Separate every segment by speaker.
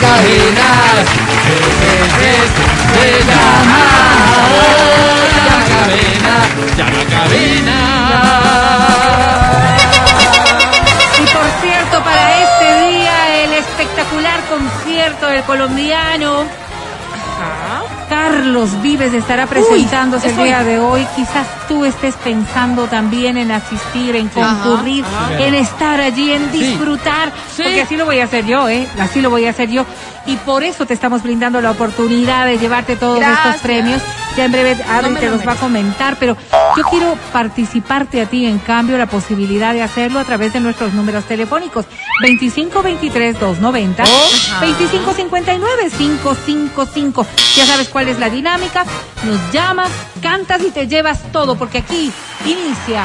Speaker 1: cadenas, de llama, cadena, llama cadena.
Speaker 2: Y por cierto, para este día, el espectacular concierto del colombiano Carlos Vives estará presentándose
Speaker 3: Uy,
Speaker 2: el
Speaker 3: es
Speaker 2: día
Speaker 3: hoy.
Speaker 2: de hoy. Quizás tú estés pensando también en asistir, en concurrir, en estar allí, en disfrutar, porque así lo voy a hacer yo, ¿eh? Así lo voy a hacer yo. Y por eso te estamos brindando la oportunidad de llevarte todos estos
Speaker 3: Gracias.
Speaker 2: premios. Ya en breve Adri
Speaker 3: me
Speaker 2: te
Speaker 3: lo
Speaker 2: los va a
Speaker 3: merezco.
Speaker 2: comentar, pero yo quiero participarte a ti, en cambio, la posibilidad de hacerlo a través de nuestros números telefónicos 2523-290, 2559-555. Ya sabes cuál es la dinámica, nos llamas, cantas y te llevas todo, porque aquí inicia.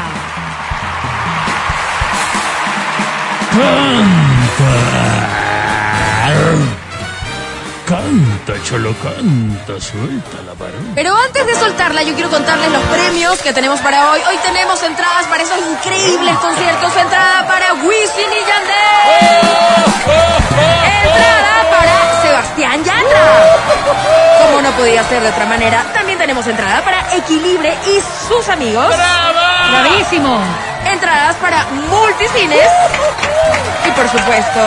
Speaker 4: Canta, cholo, canta, suelta la varón.
Speaker 3: Pero antes de soltarla, yo quiero contarles los premios que tenemos para hoy. Hoy tenemos entradas para esos increíbles conciertos. Entrada para Wisin y Yandel. Entrada para Sebastián Yatra. Como no podía ser de otra manera, también tenemos entrada para Equilibre y sus amigos.
Speaker 2: ¡Bravísimo!
Speaker 3: Entradas para Multicines. Y por supuesto,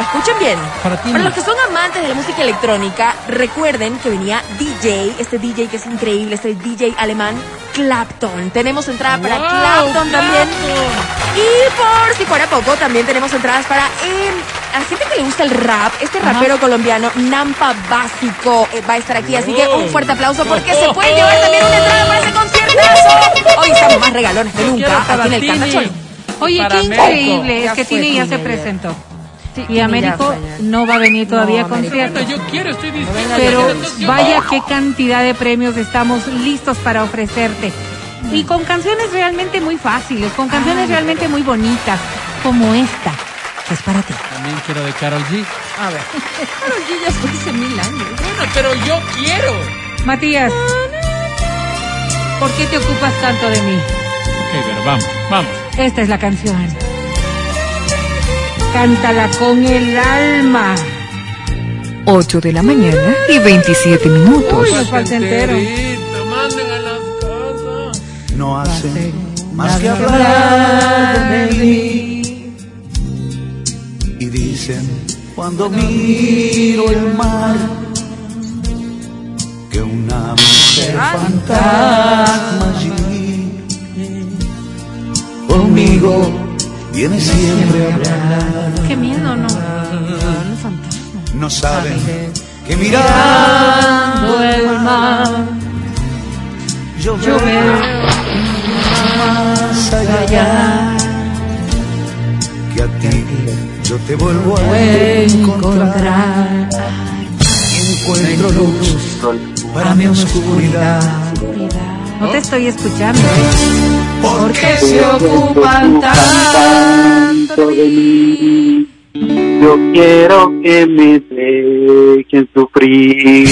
Speaker 3: escuchen bien.
Speaker 1: Para ti.
Speaker 3: los que son amantes de la música electrónica, recuerden que venía DJ, este DJ que es increíble, este DJ alemán, Clapton. Tenemos entrada para
Speaker 2: Wow,
Speaker 3: Clapton, también. Y por si fuera poco, también tenemos entradas para eh, a gente que le gusta el rap, este rapero colombiano, Nampa Básico, eh, va a estar aquí. Así que un fuerte aplauso porque se pueden llevar también una entrada para ese conciertazo. Hoy estamos más regalones que
Speaker 1: Quiero
Speaker 3: nunca aquí en el
Speaker 1: Sabatini.
Speaker 3: Cantacholo.
Speaker 2: Oye,
Speaker 1: Para
Speaker 2: qué
Speaker 1: México.
Speaker 2: increíble es
Speaker 3: Ya
Speaker 2: que
Speaker 3: fue
Speaker 2: Tini ya se
Speaker 3: Tini ayer.
Speaker 2: presentó.
Speaker 3: Tini
Speaker 2: Y
Speaker 3: ya
Speaker 2: Américo
Speaker 3: fue ayer.
Speaker 2: no va a venir todavía a
Speaker 3: Américo.
Speaker 2: concierto.
Speaker 1: Yo quiero, estoy diciendo.
Speaker 2: Pero
Speaker 1: yo quiero, yo-
Speaker 2: vaya qué cantidad de premios estamos listos para ofrecerte. Y con canciones realmente muy fáciles, con canciones realmente muy bonitas, como esta, que es para ti.
Speaker 1: También quiero de Carol G.
Speaker 3: Pero yo ya fue hace mil años.
Speaker 1: Bueno, pero yo quiero.
Speaker 2: Matías, ¿por qué te ocupas tanto de mí?
Speaker 4: Ok, pero vamos, vamos.
Speaker 2: Esta es la canción. Cántala con el alma.
Speaker 5: 8 de la mañana y 27 minutos.
Speaker 2: Uy, nos falta entero.
Speaker 1: Enterito, manden a las casas.
Speaker 6: No hacen más que hablar de mí. Y dicen cuando miro el mar que una mujer fantasma allí conmigo viene siempre a hablar.
Speaker 2: Qué miedo, ¿no?
Speaker 6: No saben que mirando el mar yo veo más allá que a ti yo te vuelvo a encontrar encuentro luz para mi oscuridad
Speaker 2: No te estoy escuchando.
Speaker 6: porque se ocupan
Speaker 7: tanto de mí. Yo quiero que me dejen sufrir,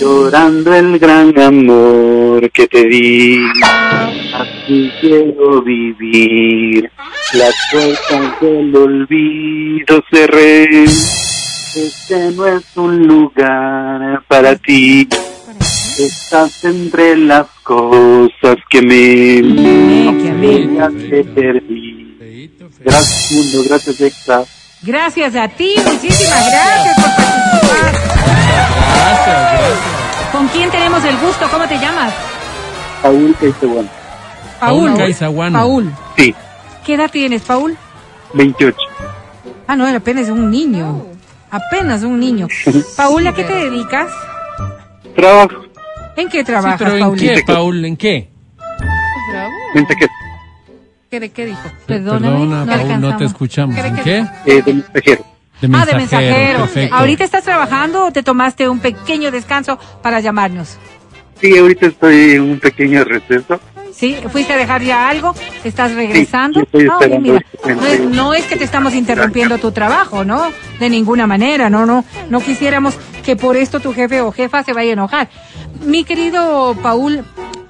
Speaker 7: llorando el gran amor que te di. Así quiero vivir, las puertas del olvido cerré. Este no es un lugar para ti. Estás entre las cosas que me obligas que perdí.
Speaker 1: Enterito, fe-
Speaker 7: Gracias, mundo, gracias, extra.
Speaker 2: Gracias a ti, muchísimas gracias por participar.
Speaker 1: Gracias, gracias.
Speaker 2: ¿Con quién tenemos el gusto? ¿Cómo te llamas?
Speaker 7: Paul Caicebuano.
Speaker 1: Paul Caizaguano.
Speaker 2: Paul.
Speaker 7: este, Sí,
Speaker 2: ¿Qué edad tienes, Paul?
Speaker 7: 28.
Speaker 2: Ah, no, él apenas es un niño. Apenas un niño. Paul, ¿a qué te dedicas?
Speaker 7: Trabajo,
Speaker 2: ¿En qué
Speaker 1: Sí,
Speaker 2: trabajas,
Speaker 1: pero ¿en
Speaker 2: Paul?
Speaker 1: qué, Paul? ¿En qué?
Speaker 7: Vente que
Speaker 2: ¿Qué, qué dijo?
Speaker 1: Perdona, Paul, no te escuchamos. ¿En qué?
Speaker 7: eh, de mensajero.
Speaker 1: De
Speaker 2: Ah, de mensajero.
Speaker 1: perfecto.
Speaker 2: ¿Ahorita estás trabajando o te tomaste un pequeño descanso para llamarnos?
Speaker 7: Sí, ahorita estoy en un pequeño receso.
Speaker 2: ¿Sí? ¿Fuiste a dejar ya algo? ¿Estás regresando?
Speaker 7: sí, estoy
Speaker 2: Ah, oye,
Speaker 7: esperando
Speaker 2: mira,
Speaker 7: el-
Speaker 2: no es, no es que te estamos interrumpiendo tu trabajo, ¿no? De ninguna manera, no, no. No quisiéramos que por esto tu jefe o jefa se vaya a enojar. Mi querido Paul,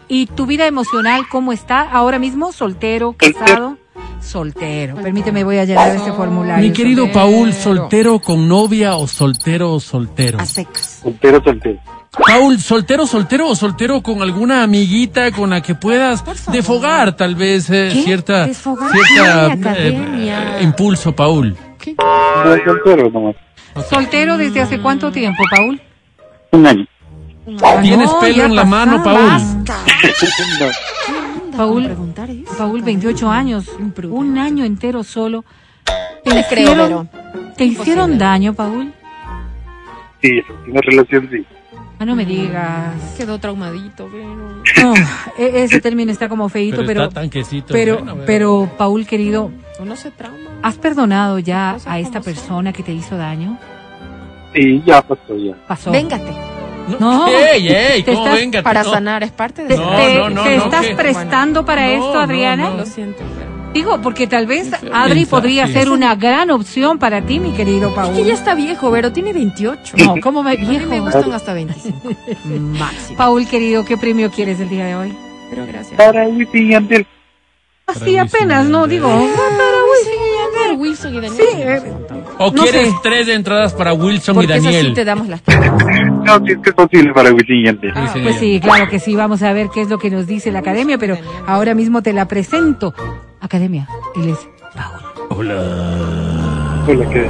Speaker 2: ¿y tu vida emocional cómo está ahora mismo? ¿Soltero,
Speaker 7: Soltero.
Speaker 2: casado? Soltero. soltero. Permíteme, voy a llenar este formulario.
Speaker 1: Mi querido Paul, ¿soltero con novia o soltero o soltero?
Speaker 8: A secas.
Speaker 7: Soltero, soltero.
Speaker 1: Paul, ¿soltero, soltero o soltero con alguna amiguita con la que puedas defogar tal vez eh, cierta,
Speaker 2: ¿Desfogar?
Speaker 1: cierta
Speaker 2: Ay, academia.
Speaker 1: eh, impulso, Paul?
Speaker 7: No, soltero nomás.
Speaker 2: ¿Soltero desde hace cuánto tiempo, Paul?
Speaker 7: Un año.
Speaker 1: ¿Tienes
Speaker 2: no,
Speaker 1: pelo
Speaker 2: ya
Speaker 1: en la mano,
Speaker 2: pasaba.
Speaker 1: Paul?
Speaker 7: No.
Speaker 2: Paul,
Speaker 8: Preguntar eso.
Speaker 2: Paul, 28 años, un año entero solo. ¿Te
Speaker 3: Le creo,
Speaker 2: hicieron, ¿te hicieron daño, Paul?
Speaker 7: Sí, esa última relación sí.
Speaker 2: Ah, no me digas.
Speaker 8: Quedó traumadito, pero.
Speaker 2: No, e- ese término está como feíto,
Speaker 1: Pero
Speaker 2: pero,
Speaker 1: está tanquecito.
Speaker 2: pero,
Speaker 1: bueno, bueno.
Speaker 2: pero, Paul, querido,
Speaker 8: Uno se trauma.
Speaker 2: ¿has perdonado ya
Speaker 8: Cosas
Speaker 2: a esta
Speaker 8: como son.
Speaker 2: persona que te hizo daño?
Speaker 7: Y ya pasó, ya.
Speaker 2: Pasó.
Speaker 8: Véngate.
Speaker 2: No.
Speaker 1: ¡Ey, ey!
Speaker 2: Te
Speaker 1: ¿Cómo
Speaker 2: estás
Speaker 1: venga?
Speaker 8: Para
Speaker 1: No.
Speaker 8: sanar, es parte
Speaker 2: ¿Te,
Speaker 8: de.
Speaker 1: No,
Speaker 2: te-
Speaker 1: no, no,
Speaker 2: te
Speaker 1: no,
Speaker 2: estás
Speaker 1: que-
Speaker 2: prestando para
Speaker 1: No,
Speaker 2: esto,
Speaker 1: no,
Speaker 2: Adriana?
Speaker 1: no.
Speaker 8: Lo siento, pero.
Speaker 2: Digo, porque tal vez
Speaker 1: Sí, feminista,
Speaker 2: Adri podría
Speaker 1: sí.
Speaker 2: ser una gran opción para ti, mi querido Paul.
Speaker 8: Es que ya está viejo, pero tiene 28.
Speaker 2: No, ¿cómo me
Speaker 8: A mí me
Speaker 2: viejo?
Speaker 8: gustan hasta 25. Máximo.
Speaker 2: Paul, querido, ¿qué premio quieres el día de hoy?
Speaker 8: Pero gracias.
Speaker 7: Para Wisin y Yandel.
Speaker 2: Así apenas, no, digo. ah,
Speaker 8: Pero Wilson y Daniel.
Speaker 2: Sí, eh,
Speaker 1: ¿O
Speaker 2: no
Speaker 1: quieres
Speaker 2: sé.
Speaker 1: tres entradas para Wilson y
Speaker 8: Porque esas sí
Speaker 1: Daniel?
Speaker 8: te damos las
Speaker 7: No, sí, es que es posible para Wisin y Yandel.
Speaker 1: Wilson y
Speaker 2: Pues
Speaker 1: Yandel.
Speaker 2: sí, claro que sí, vamos a ver qué es lo que nos dice la academia, pero ahora mismo te la presento. Academia, él es Paul.
Speaker 7: Hola, ¿qué?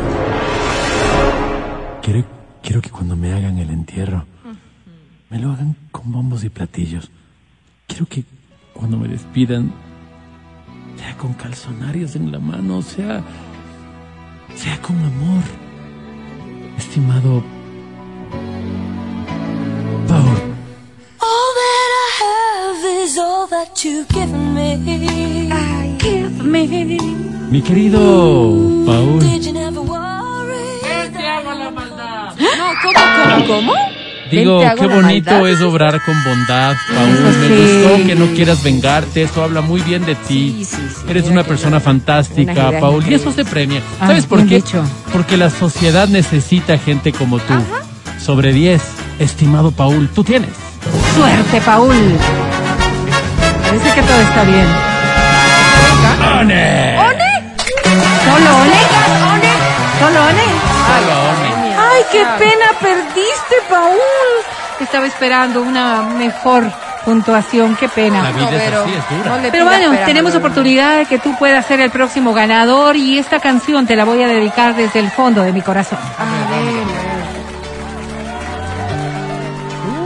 Speaker 4: Quiero, quiero que cuando me hagan el entierro, me lo hagan con bombos y platillos. Quiero que cuando me despidan, sea con calzonarios en la mano, sea. sea con amor. Estimado. Paul. Mi querido Paul.
Speaker 8: No, ¿cómo, cómo, cómo?
Speaker 1: Digo,
Speaker 8: Ven, te hago
Speaker 1: qué
Speaker 8: la
Speaker 1: bonito
Speaker 8: maldad.
Speaker 1: es obrar con bondad, Paul.
Speaker 2: Eso
Speaker 1: Me
Speaker 2: sí.
Speaker 1: gustó que no quieras vengarte. Eso habla muy bien de ti.
Speaker 8: Sí, sí, sí,
Speaker 1: Eres
Speaker 8: mira
Speaker 1: una
Speaker 8: que
Speaker 1: persona
Speaker 8: yo-
Speaker 1: fantástica,
Speaker 8: una
Speaker 1: Paul. Y
Speaker 8: gigante.
Speaker 1: eso se premia.
Speaker 2: Ah,
Speaker 1: ¿Sabes por
Speaker 2: bien
Speaker 1: qué?
Speaker 2: dicho.
Speaker 1: Porque la sociedad necesita gente como tú. Sobre 10, estimado Paul, tú tienes.
Speaker 2: Suerte, Paul. Parece que todo está bien. ¿Solo One? ¿Solo One? ¡Ay, qué pena! Perdiste, Paul. Estaba esperando una mejor puntuación. ¡Qué pena!
Speaker 1: La vida es así, es dura.
Speaker 2: Pero bueno, tenemos oportunidad de que tú puedas ser el próximo ganador y esta canción te la voy a dedicar desde el fondo de mi corazón.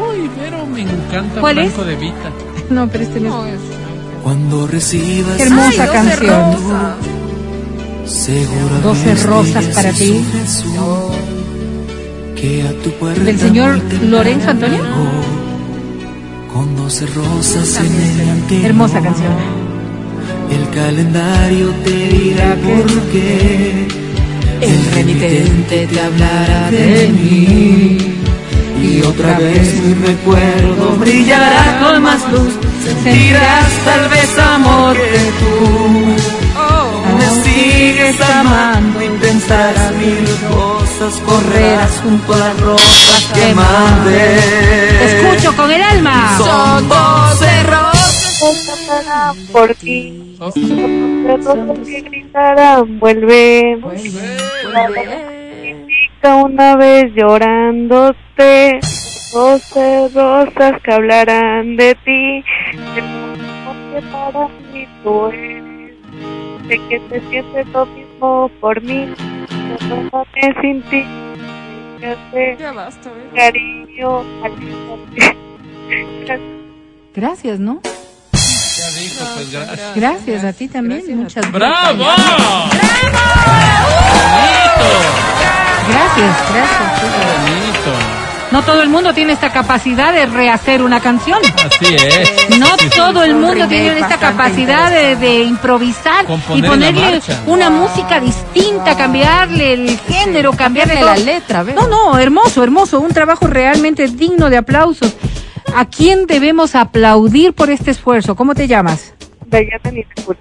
Speaker 1: Uy, pero me encanta
Speaker 2: ¿Cuál
Speaker 1: Franco de Vita.
Speaker 2: No, pero este no es.
Speaker 6: Cuando recibas
Speaker 2: Qué hermosa canción.
Speaker 6: seguramente
Speaker 2: Doce rosas
Speaker 6: que
Speaker 2: para
Speaker 6: se
Speaker 2: ti.
Speaker 6: sube el sol, Que a tu puerta
Speaker 2: Del señor
Speaker 6: muy temprano
Speaker 2: Lorenzo Antonio.
Speaker 6: llegó, Con doce rosas en el antero,
Speaker 2: Hermosa canción.
Speaker 6: El calendario te dirá por qué. El remitente te hablará de mí. Y otra vez mi recuerdo brillará con más luz. Sentirás tal vez amor que tú. Me sigues amando y pensarás mil cosas. Correrás junto a las rosas que
Speaker 2: Te
Speaker 6: mandé.
Speaker 2: Escucho con el alma.
Speaker 6: Son doce rosas.
Speaker 9: por ti.
Speaker 1: Oh.
Speaker 9: Las rosas que gritarán, vuelve. Significa una vez llorándote. Doce rosas que hablarán de ti. Del mundo que para mí tú eres. Sé que te sientes lo mismo por mí. Perdóname sin ti. Ya sé,
Speaker 8: Ya basta, ¿eh?
Speaker 9: cariño, aléjate.
Speaker 2: Gracias, ¿no?
Speaker 1: pues,
Speaker 2: Gracias a ti también. Muchas
Speaker 1: ¡Bravo!
Speaker 2: Gracias, gracias.
Speaker 1: ¡Qué bonito!
Speaker 2: No todo el mundo tiene esta capacidad de rehacer una canción.
Speaker 1: Así es.
Speaker 2: No todo el
Speaker 8: un
Speaker 2: mundo
Speaker 8: remake
Speaker 2: tiene esta
Speaker 8: bastante
Speaker 2: capacidad de, de improvisar
Speaker 1: Componer
Speaker 2: y
Speaker 1: en la
Speaker 2: ponerle
Speaker 1: marcha.
Speaker 2: una música distinta, cambiarle el género, cambiarle
Speaker 8: De la
Speaker 2: todo.
Speaker 8: letra, ¿ves?
Speaker 2: No, no, hermoso, hermoso, un trabajo realmente digno de aplausos. ¿A quién debemos aplaudir por este esfuerzo? ¿Cómo te llamas?
Speaker 9: Dayana ni te culpo.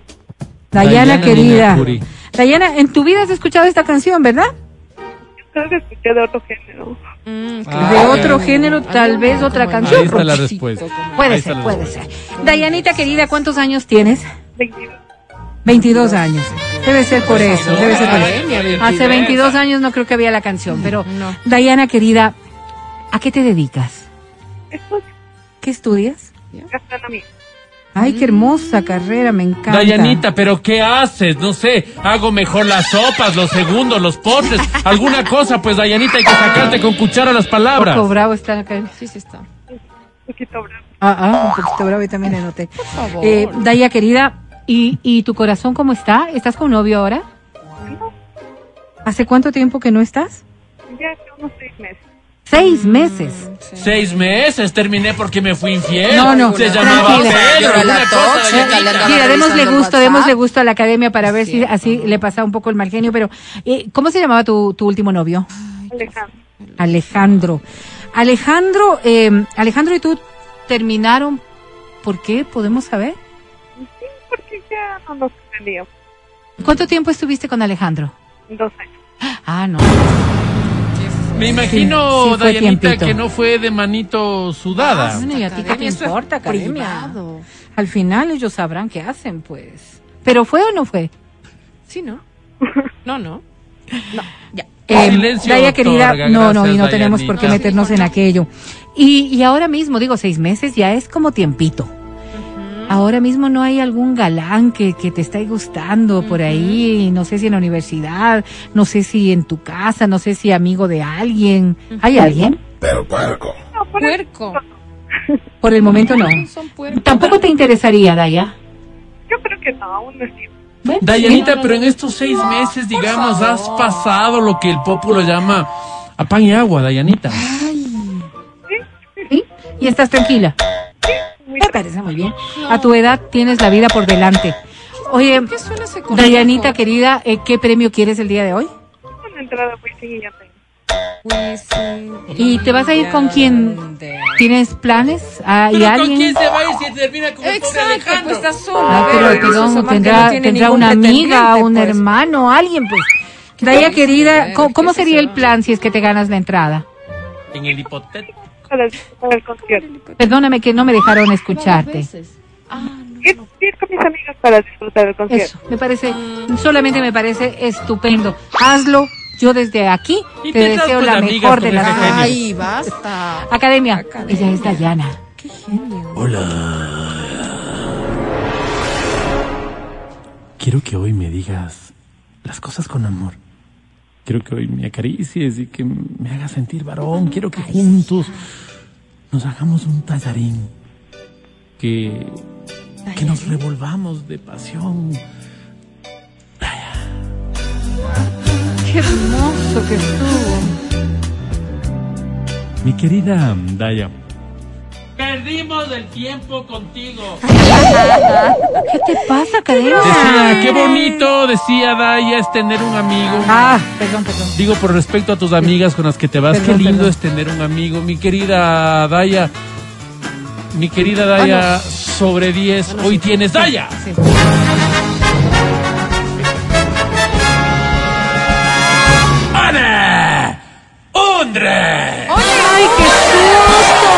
Speaker 2: Dayana,
Speaker 1: Dayana
Speaker 2: querida.
Speaker 1: Ninacuri.
Speaker 2: Dayana, en tu vida has escuchado esta canción, ¿verdad?
Speaker 9: Yo creo que escuché de otro género.
Speaker 8: Mm,
Speaker 1: Ah,
Speaker 2: de
Speaker 1: claro.
Speaker 2: otro género, tal vez otra canción.
Speaker 1: Ahí está la
Speaker 2: Roxy.
Speaker 1: respuesta.
Speaker 2: Puede
Speaker 1: Ahí está
Speaker 2: ser,
Speaker 1: la
Speaker 2: puede
Speaker 1: respuesta.
Speaker 2: ser. Dayanita, querida, ¿cuántos años tienes?
Speaker 9: 22.
Speaker 2: 22 años. Debe ser por
Speaker 1: Pues
Speaker 2: eso,
Speaker 3: no,
Speaker 2: debe ser por
Speaker 3: academia,
Speaker 2: eso.
Speaker 3: 23.
Speaker 2: Hace 22 años no creo que había la canción, pero
Speaker 3: No.
Speaker 2: Diana querida, ¿a qué te dedicas? ¿Qué estudias?
Speaker 9: Gastronomía.
Speaker 2: Ay, qué hermosa carrera, me encanta.
Speaker 1: Dayanita, pero ¿qué haces? No sé, hago mejor las sopas, los segundos, los postres, alguna cosa, pues Dayanita, hay que sacarte con cuchara las
Speaker 2: Un
Speaker 1: palabras.
Speaker 2: poco bravo está la cara.
Speaker 3: Sí, sí está.
Speaker 9: Un poquito bravo.
Speaker 2: Ah, ah, un poquito bravo y también anoté. Por
Speaker 3: favor.
Speaker 2: Daya querida, ¿y, ¿y tu corazón cómo está? ¿Estás con novio ahora?
Speaker 9: No,
Speaker 2: ¿Hace cuánto tiempo que no estás?
Speaker 9: ya hace unos seis meses.
Speaker 2: Seis meses.
Speaker 1: Seis meses terminé porque me fui infiel.
Speaker 2: No, no,
Speaker 1: Se llamaba
Speaker 2: tranquila.
Speaker 1: Pedro,
Speaker 4: Llora la
Speaker 1: alguna cosa,
Speaker 4: tóxica,
Speaker 1: Dayanita.
Speaker 4: la-
Speaker 2: Mira,
Speaker 4: revisando
Speaker 2: démosle
Speaker 4: el
Speaker 2: gusto,
Speaker 4: WhatsApp.
Speaker 2: démosle gusto a la academia para ver si así le pasa un poco el mal genio, pero eh, ¿cómo se llamaba tu, tu último novio?
Speaker 9: Alejandro.
Speaker 2: Alejandro. Alejandro, eh, Alejandro y tú terminaron, ¿por qué? ¿Podemos saber?
Speaker 9: Sí, porque ya no nos entendíamos.
Speaker 2: ¿Cuánto tiempo estuviste con Alejandro?
Speaker 9: Dos años.
Speaker 2: Ah, no.
Speaker 1: Me imagino,
Speaker 2: Sí, sí fue
Speaker 1: Dayanita,
Speaker 2: tiempito. Ah,
Speaker 1: que no fue de manito sudada.
Speaker 2: Bueno, ¿y a ti qué te
Speaker 3: Academia, eso es
Speaker 2: importa, academia?
Speaker 3: privado.
Speaker 2: Al final ellos sabrán qué hacen, pues. ¿Pero fue o no fue?
Speaker 3: Sí, ¿no? No, no.
Speaker 2: Eh,
Speaker 1: Silencio,
Speaker 2: Daya querida,
Speaker 1: otorga.
Speaker 2: no, no,
Speaker 1: Gracias,
Speaker 2: y no tenemos por qué
Speaker 1: Dayanita.
Speaker 2: meternos en aquello. Y, y ahora mismo, digo, seis meses ya es como tiempito. Ahora mismo no hay algún galán que, que te esté gustando por ahí, no sé si en la universidad, no sé si en tu casa, no sé si amigo de alguien. ¿Hay alguien?
Speaker 9: No, por eso
Speaker 3: Puerco.
Speaker 2: Por el momento no.
Speaker 3: Son puercos.
Speaker 2: Tampoco te interesaría, Daya.
Speaker 9: yo creo que no, aún no es tiempo.
Speaker 2: Bueno,
Speaker 1: Dayanita, pero en estos seis meses, digamos, has pasado lo que el pueblo llama a pan y agua, Dayanita.
Speaker 2: ¿Sí? Y estás tranquila.
Speaker 9: Muy
Speaker 2: Me parece muy bien. A tu edad tienes la vida por delante. Oye,
Speaker 3: ¿Qué suena ese consejo?
Speaker 2: Dayanita querida, eh, ¿qué premio quieres el día de hoy?
Speaker 9: tranquilo, una entrada muy y ya tengo.
Speaker 3: Pues,
Speaker 2: ¿Y te vas a ir con quién? ¿Tienes planes? Ah, ¿Y
Speaker 1: ¿Pero con quién
Speaker 2: alguien?
Speaker 1: se va a ir si termina con el pobre
Speaker 3: Exacto,
Speaker 1: Alejandro?
Speaker 3: pues está solo.
Speaker 2: Ah,
Speaker 3: A ver,
Speaker 2: pero el
Speaker 3: esos
Speaker 2: pilón
Speaker 3: son más que
Speaker 2: tendrá,
Speaker 3: no tienen
Speaker 2: tendrá
Speaker 3: ningún
Speaker 2: una amiga,
Speaker 3: pretendiente,
Speaker 2: un
Speaker 3: pues.
Speaker 2: hermano, alguien, pues. Daya
Speaker 3: triste,
Speaker 2: querida,
Speaker 3: ver,
Speaker 2: ¿cómo,
Speaker 3: que
Speaker 2: cómo
Speaker 3: sí
Speaker 2: sería
Speaker 3: se
Speaker 2: el
Speaker 3: va.
Speaker 2: plan si es que te ganas la entrada?
Speaker 1: En el hipotético.
Speaker 9: Para disfrutar el concierto.
Speaker 2: Perdóname que no me dejaron escucharte.
Speaker 3: Ah, no.
Speaker 9: Ir, ir con mis amigas para disfrutar el concierto.
Speaker 2: Eso, me parece, solamente me parece estupendo. Hazlo, yo desde aquí
Speaker 1: Y
Speaker 2: te
Speaker 1: tendrás,
Speaker 2: deseo
Speaker 1: pues,
Speaker 2: la
Speaker 1: amigas
Speaker 2: mejor de
Speaker 1: con
Speaker 2: las
Speaker 1: ese genio.
Speaker 3: Ay, basta.
Speaker 2: Academia. Ella es Dayana.
Speaker 1: Quiero que hoy me digas las cosas con amor. Quiero que hoy me acaricies y que me hagas sentir varón. Quiero que juntos nos hagamos un tallarín. Que, que nos revolvamos de pasión.
Speaker 2: Qué hermoso que estuvo.
Speaker 1: Mi querida Daya. Perdimos el tiempo contigo.
Speaker 2: ¿Qué te pasa, Academia?
Speaker 1: Decía, qué bonito, decía Daya, es tener un amigo.
Speaker 2: Ah, perdón, perdón.
Speaker 1: Digo, por respecto a tus amigas con las que te vas,
Speaker 2: Perdón,
Speaker 1: qué lindo
Speaker 2: perdón.
Speaker 1: es tener un amigo. Mi querida Daya, mi querida Daya,
Speaker 2: Ah,
Speaker 1: sobre 10, hoy tienes Daya. ¡Ana! ¡Undre!
Speaker 2: ¡Ay, qué susto!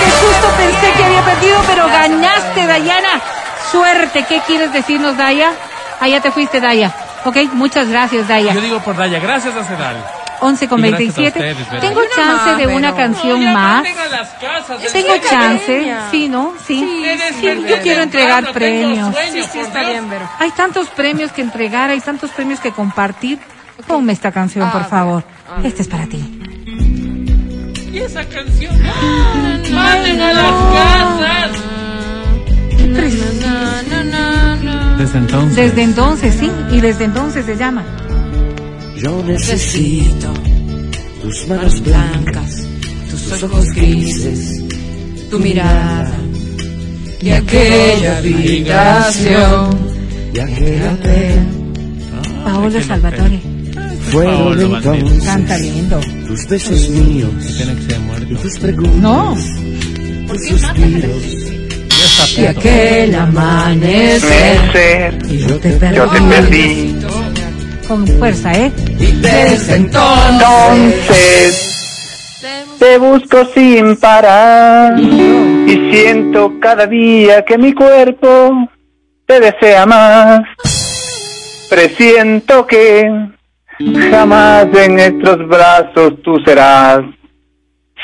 Speaker 2: ¡Qué susto pensé que había perdido, pero ganaste, Dayana! Suerte, ¿qué quieres decirnos, Daya? Allá te fuiste, Daya. Ok, muchas gracias, Daya.
Speaker 1: Yo digo por Daya, gracias a Cedal.
Speaker 2: 11 con
Speaker 1: Y gracias a
Speaker 2: 27.
Speaker 1: ustedes, ¿verdad?
Speaker 2: Tengo
Speaker 3: Una
Speaker 2: chance
Speaker 3: más,
Speaker 2: de una
Speaker 3: pero-
Speaker 2: canción
Speaker 1: No, ya
Speaker 2: más.
Speaker 1: manden a las casas, el
Speaker 2: Tengo
Speaker 1: sueño.
Speaker 2: chance.
Speaker 3: Academia.
Speaker 2: Sí, ¿no? Sí.
Speaker 3: Sí,
Speaker 1: Ustedes
Speaker 3: sí,
Speaker 1: perdiendo
Speaker 2: yo quiero entregar
Speaker 1: temprano,
Speaker 2: premios.
Speaker 1: Tengo sueño,
Speaker 3: Sí, sí,
Speaker 1: por
Speaker 3: está
Speaker 1: Dios.
Speaker 3: bien, Vero.
Speaker 2: Hay tantos premios que entregar, hay tantos premios que compartir. Ponme esta canción,
Speaker 1: Ah,
Speaker 2: por favor. Esta es para ti.
Speaker 1: ¿Y esa canción? ¡Manden a las casas! Desde entonces.
Speaker 2: Desde entonces, sí, y desde entonces se llama.
Speaker 6: Yo necesito tus manos blancas, tus ojos grises, tu mirada y aquella habitación y aquel hotel.
Speaker 2: Paolo Salvatore.
Speaker 6: Fueron
Speaker 1: Paolo Banderas.
Speaker 2: Canta
Speaker 6: entonces
Speaker 2: lindo.
Speaker 6: tus besos míos
Speaker 1: Tiene que ser muerto.
Speaker 6: y tus preguntas.
Speaker 2: No.
Speaker 6: tus suspiros
Speaker 1: Ya está
Speaker 6: y aquel amanecer
Speaker 7: Ser,
Speaker 6: y yo te
Speaker 7: yo te
Speaker 6: perdí
Speaker 7: perdí.
Speaker 2: Con fuerza, ¿eh?
Speaker 6: y desde entonces
Speaker 7: Entonces, te busco sin parar. Y siento cada día que mi cuerpo te desea más. presiento que jamás en nuestros brazos tú serás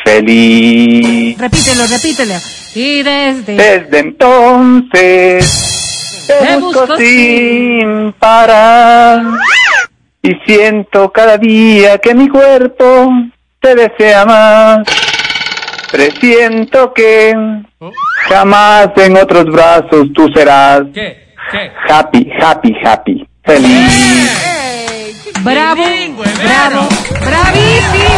Speaker 7: feliz.
Speaker 2: Repítelo, repítelo. Y desde...
Speaker 7: Desde entonces te busco sin parar y siento cada día que mi cuerpo te desea más. Presiento que jamás en otros brazos tú serás
Speaker 1: ¿Qué? ¿Qué?
Speaker 7: happy, happy, happy, feliz.
Speaker 2: Bravo, bravo, bravísimo.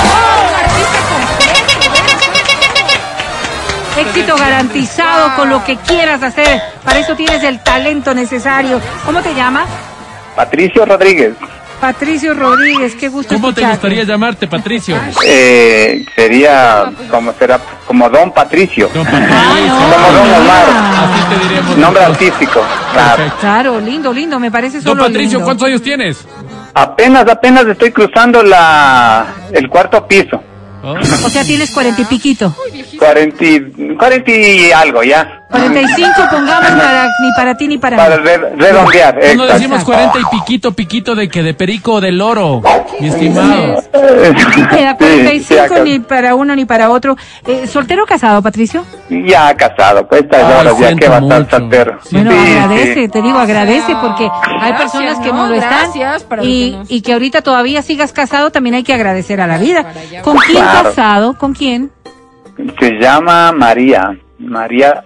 Speaker 2: Éxito garantizado con lo que quieras hacer. Para eso tienes el talento necesario. ¿Cómo te llamas?
Speaker 7: Patricio Rodríguez.
Speaker 2: Patricio Rodríguez, qué gusto.
Speaker 1: ¿Cómo te
Speaker 2: escucharte.
Speaker 1: gustaría llamarte, Patricio?
Speaker 7: Eh, sería como será como Don Patricio,
Speaker 1: Don Patricio.
Speaker 7: como Don Omar,
Speaker 1: Así te diríamos.
Speaker 7: nombre artístico. Claro.
Speaker 2: Claro, lindo, lindo, me parece
Speaker 1: Don
Speaker 2: solo
Speaker 1: Patricio,
Speaker 2: lindo.
Speaker 1: ¿cuántos años tienes?
Speaker 7: Apenas, apenas estoy cruzando la el cuarto piso, Oh.
Speaker 2: O sea, tienes cuarenta y piquito.
Speaker 7: cuarenta y, cuarenta y algo ya,
Speaker 2: Cuarenta y cinco, pongamos, para, ni para ti ni para
Speaker 7: para
Speaker 2: mí.
Speaker 7: re- redondear.
Speaker 1: Cuando
Speaker 7: exacto.
Speaker 1: Pues decimos 40 y piquito, piquito de que de perico o de loro, mi estimado.
Speaker 2: Queda cuarenta y
Speaker 7: Sí, ya,
Speaker 2: cinco, ni para uno ni para otro. Eh, ¿Soltero o casado, Patricio?
Speaker 7: ya casado, pues estas
Speaker 1: Ay,
Speaker 7: horas ya
Speaker 1: siento
Speaker 7: que va a estar
Speaker 1: mucho.
Speaker 7: soltero.
Speaker 2: Bueno,
Speaker 7: Sí,
Speaker 2: agradece,
Speaker 7: sí.
Speaker 2: te digo, agradece porque hay
Speaker 8: Ah, Gracias,
Speaker 2: personas que
Speaker 8: ¿no?
Speaker 2: no lo están
Speaker 8: Gracias para
Speaker 2: y,
Speaker 8: vernos.
Speaker 2: y que ahorita todavía sigas casado, también hay que agradecer a la vida. ¿Con quién
Speaker 7: Claro.
Speaker 2: casado? ¿Con quién?
Speaker 7: Se llama María, María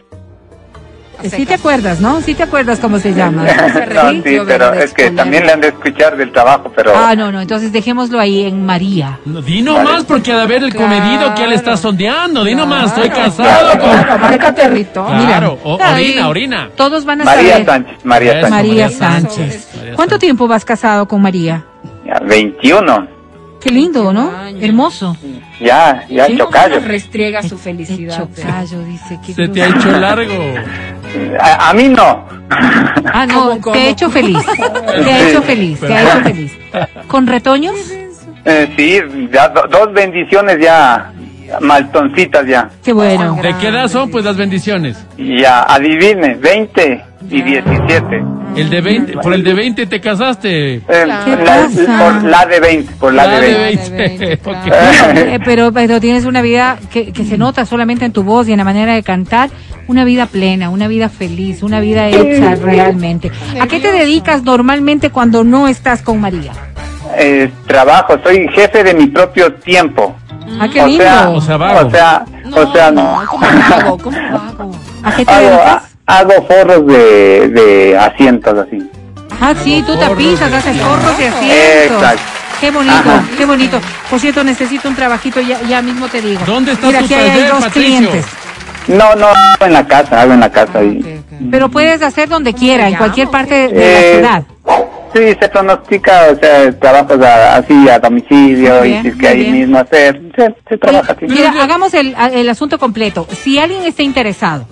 Speaker 2: Eh, Sí te acuerdas, ¿no? Sí te acuerdas cómo se llama.
Speaker 7: No, sí, pero
Speaker 8: Yo verde
Speaker 7: es que
Speaker 8: exponer.
Speaker 7: también le han de escuchar del trabajo, pero
Speaker 2: Ah, no, no, entonces dejémoslo ahí en María.
Speaker 1: No, Di nomás, porque a ver el comedido que él está sondeando. Di nomás, estoy casado con.
Speaker 8: Claro, marca territorio.
Speaker 1: Claro, o-
Speaker 2: Está ahí.
Speaker 1: orina, orina.
Speaker 2: Todos van a
Speaker 7: María
Speaker 2: saber.
Speaker 7: Sánchez, María
Speaker 1: Eso,
Speaker 7: Sánchez,
Speaker 2: María
Speaker 1: Sánchez.
Speaker 2: Sánchez.
Speaker 1: María
Speaker 2: ¿Cuánto
Speaker 1: Sánchez.
Speaker 2: tiempo vas casado con María?
Speaker 7: Ya, 21,
Speaker 2: Qué lindo, ¿no? Hermoso.
Speaker 7: ya, ya chocayo.
Speaker 3: pues,
Speaker 8: Restriega su
Speaker 2: Hecho
Speaker 8: felicidad.
Speaker 2: callo, dice. qué
Speaker 1: Se te
Speaker 2: bruto.
Speaker 1: ha hecho largo.
Speaker 7: A, a mí no.
Speaker 2: Ah, no,
Speaker 8: ¿Cómo, cómo?
Speaker 2: te ha hecho feliz. Te ha hecho feliz, te ha hecho feliz. ¿Con retoños?
Speaker 7: Eh, sí, ya do- dos bendiciones ya, maltoncitas ya.
Speaker 2: Qué bueno.
Speaker 1: ¿De qué edad son? Pues las bendiciones.
Speaker 7: Ya, adivine, 20 y 17.
Speaker 1: El de 20, por el de 20 te casaste. Ah,
Speaker 7: Eh,
Speaker 2: ¿Qué
Speaker 7: la,
Speaker 2: pasa?
Speaker 7: por la de 20, por la, de 20.
Speaker 1: de 20, ok.
Speaker 2: Eh, Pero, pero tienes una vida que, que se nota solamente en tu voz y en la manera de cantar, una vida plena, una vida feliz, una vida hecha realmente. ¿A qué te dedicas normalmente cuando no estás con María?
Speaker 7: Eh, trabajo, soy jefe de mi propio tiempo.
Speaker 2: Ah, qué
Speaker 7: o sea,
Speaker 2: lindo.
Speaker 1: O sea, vago.
Speaker 7: O sea, o sea,
Speaker 8: no, ¿cómo hago? ¿Cómo hago?
Speaker 2: ¿A qué te
Speaker 7: hago,
Speaker 2: dedicas?
Speaker 7: hago forros de, de asientos así.
Speaker 2: Ah, sí, tú tapizas, haces corros y asientos.
Speaker 7: Exacto.
Speaker 2: Qué bonito,
Speaker 7: Ajá.
Speaker 2: qué bonito. Por cierto, necesito un trabajito, ya, ya mismo te digo.
Speaker 1: ¿Dónde está
Speaker 2: Mira,
Speaker 1: tu
Speaker 2: aquí hay
Speaker 1: taller,
Speaker 2: dos
Speaker 1: Patricio?
Speaker 2: clientes.
Speaker 7: No, no, hago en la casa, hago en la
Speaker 2: Ah,
Speaker 7: casa. y,
Speaker 2: Pero puedes hacer donde quiera, en cualquier parte de
Speaker 7: Eh,
Speaker 2: la ciudad.
Speaker 7: Sí, se pronostica, o sea, trabajos a- así a domicilio
Speaker 2: Muy bien,
Speaker 7: y si es
Speaker 2: muy
Speaker 7: que ahí
Speaker 2: bien.
Speaker 7: mismo hacer, se, se trabaja así.
Speaker 2: Mira, hagamos el, el asunto completo. Si alguien está interesado,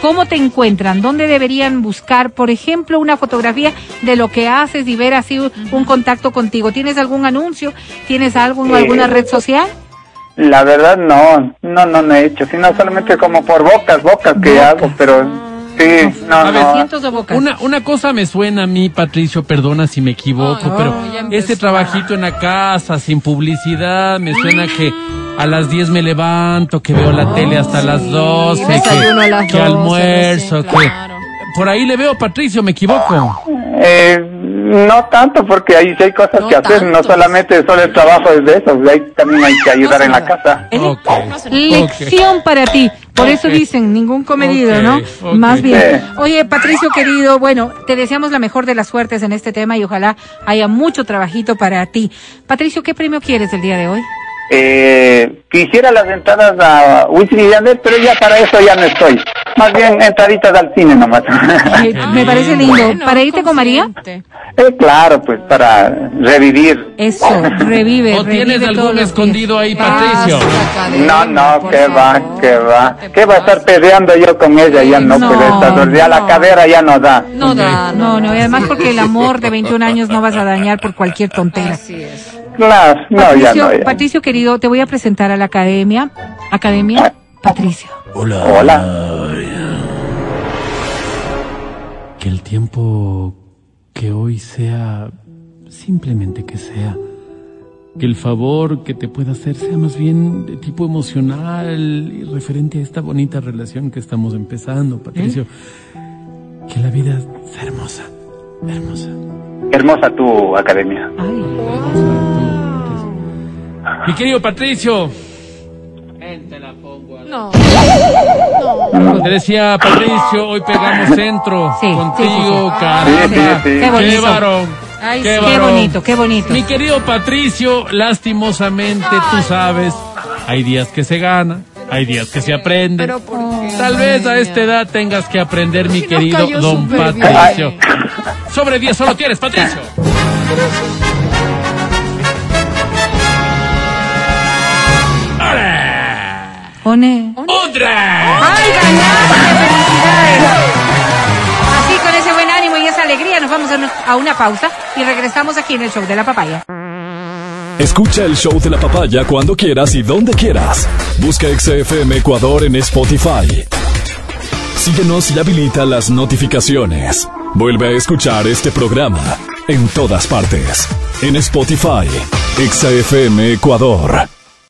Speaker 2: ¿cómo te encuentran? ¿Dónde deberían buscar, por ejemplo, una fotografía de lo que haces y ver así un, un contacto contigo? ¿Tienes algún anuncio? ¿Tienes algún,
Speaker 7: Eh,
Speaker 2: alguna red social?
Speaker 7: La verdad no, no, no, no he hecho,
Speaker 2: Ah.
Speaker 7: sino solamente como por bocas, bocas que hago, pero sí, no,
Speaker 1: A ver,
Speaker 7: no.
Speaker 2: Cientos de bocas.
Speaker 1: Una, una cosa me suena a mí, Patricio, perdona si me equivoco, pero ese trabajito en la casa, sin publicidad, me suena que a las 10 me levanto, que veo la tele hasta las 12,
Speaker 8: Ah, desayuno a
Speaker 1: que,
Speaker 8: las
Speaker 1: que
Speaker 8: 12,
Speaker 1: almuerzo,
Speaker 8: recién,
Speaker 1: que...
Speaker 8: claro.
Speaker 1: Por ahí le veo, Patricio, me equivoco.
Speaker 7: Eh, no tanto porque ahí sí hay cosas
Speaker 8: No
Speaker 7: que hacer, no
Speaker 8: tanto.
Speaker 7: solamente solo el trabajo es de eso, hay, también hay que ayudar en la casa.
Speaker 1: Ok.
Speaker 2: Lección para ti. Por eso
Speaker 1: Ok.
Speaker 2: dicen, ningún comedido,
Speaker 1: Ok,
Speaker 2: ¿no?
Speaker 1: ok.
Speaker 2: Más bien.
Speaker 7: Sí.
Speaker 2: Oye, Patricio querido, bueno, te deseamos la mejor de las suertes en este tema y ojalá haya mucho trabajito para ti. Patricio, ¿qué premio quieres el día de hoy?
Speaker 7: Eh, quisiera las entradas a Wisin y Yandel, pero ya para eso ya no estoy. Más bien entraditas al cine nomás.
Speaker 1: Ah,
Speaker 2: Eh, me parece lindo.
Speaker 8: Bueno,
Speaker 2: ¿Para irte con María?
Speaker 8: consciente.
Speaker 7: Eh, claro, pues para revivir.
Speaker 2: Eso, revive.
Speaker 1: ¿O tienes
Speaker 2: revive todos
Speaker 1: algún
Speaker 2: los
Speaker 1: escondido
Speaker 2: días. Ah,
Speaker 1: ahí, Patricio?
Speaker 8: Haz la cadena,
Speaker 7: No, no,
Speaker 8: por
Speaker 7: que va,
Speaker 8: favor.
Speaker 7: que va.
Speaker 8: No te
Speaker 7: ¿Qué va a estar
Speaker 8: pases.
Speaker 7: peleando yo con ella? Ya no,
Speaker 2: No,
Speaker 7: pues esta dos- ya la
Speaker 8: no.
Speaker 7: cadera ya no da.
Speaker 8: No da,
Speaker 2: No, no, y además porque el amor de 21 años no vas a dañar por cualquier tontera.
Speaker 8: Así es.
Speaker 7: Claro, no, ya
Speaker 2: Patricio,
Speaker 7: no. ya.
Speaker 2: Patricio querido, te voy a presentar a la academia. Academia,
Speaker 7: Ah.
Speaker 2: Patricio.
Speaker 7: Hola.
Speaker 4: Que el tiempo que hoy sea simplemente que sea. Que el favor que te pueda hacer sea más bien de tipo emocional y referente a esta bonita relación que estamos empezando, Patricio.
Speaker 1: ¿Eh?
Speaker 4: Que la vida sea hermosa, hermosa.
Speaker 7: Hermosa tu academia.
Speaker 3: Oh,
Speaker 1: Mi querido Patricio,
Speaker 8: No.
Speaker 1: te decía Patricio, hoy pegamos centro
Speaker 2: Sí, sí, sí,
Speaker 1: contigo,
Speaker 2: sí.
Speaker 1: carajo.
Speaker 7: Sí, sí, sí.
Speaker 2: Qué
Speaker 1: Qué
Speaker 2: bonito.
Speaker 1: varón.
Speaker 2: Ay,
Speaker 1: qué
Speaker 2: qué,
Speaker 1: varón.
Speaker 2: bonito, qué bonito.
Speaker 1: Mi querido Patricio, lastimosamente tú sabes, hay días que se gana, hay días que se aprende.
Speaker 8: Pero por qué?
Speaker 1: Tal vez a esta edad tengas que aprender, mi
Speaker 8: Si nos
Speaker 1: querido
Speaker 8: cayó
Speaker 1: don
Speaker 8: súper bien.
Speaker 1: Patricio. Sobre 10 solo tienes, Patricio.
Speaker 2: Pone.
Speaker 1: ¡Otra!
Speaker 2: ¡Ay, ganaste! ¡Felicidades! Así, con ese buen ánimo y esa alegría, nos vamos a una, a una pausa y regresamos aquí en el show de la papaya.
Speaker 10: Escucha el show de la papaya cuando quieras y donde quieras. Busca XFM Ecuador en Spotify. Síguenos y habilita las notificaciones. Vuelve a escuchar este programa en todas partes. En Spotify, XFM Ecuador.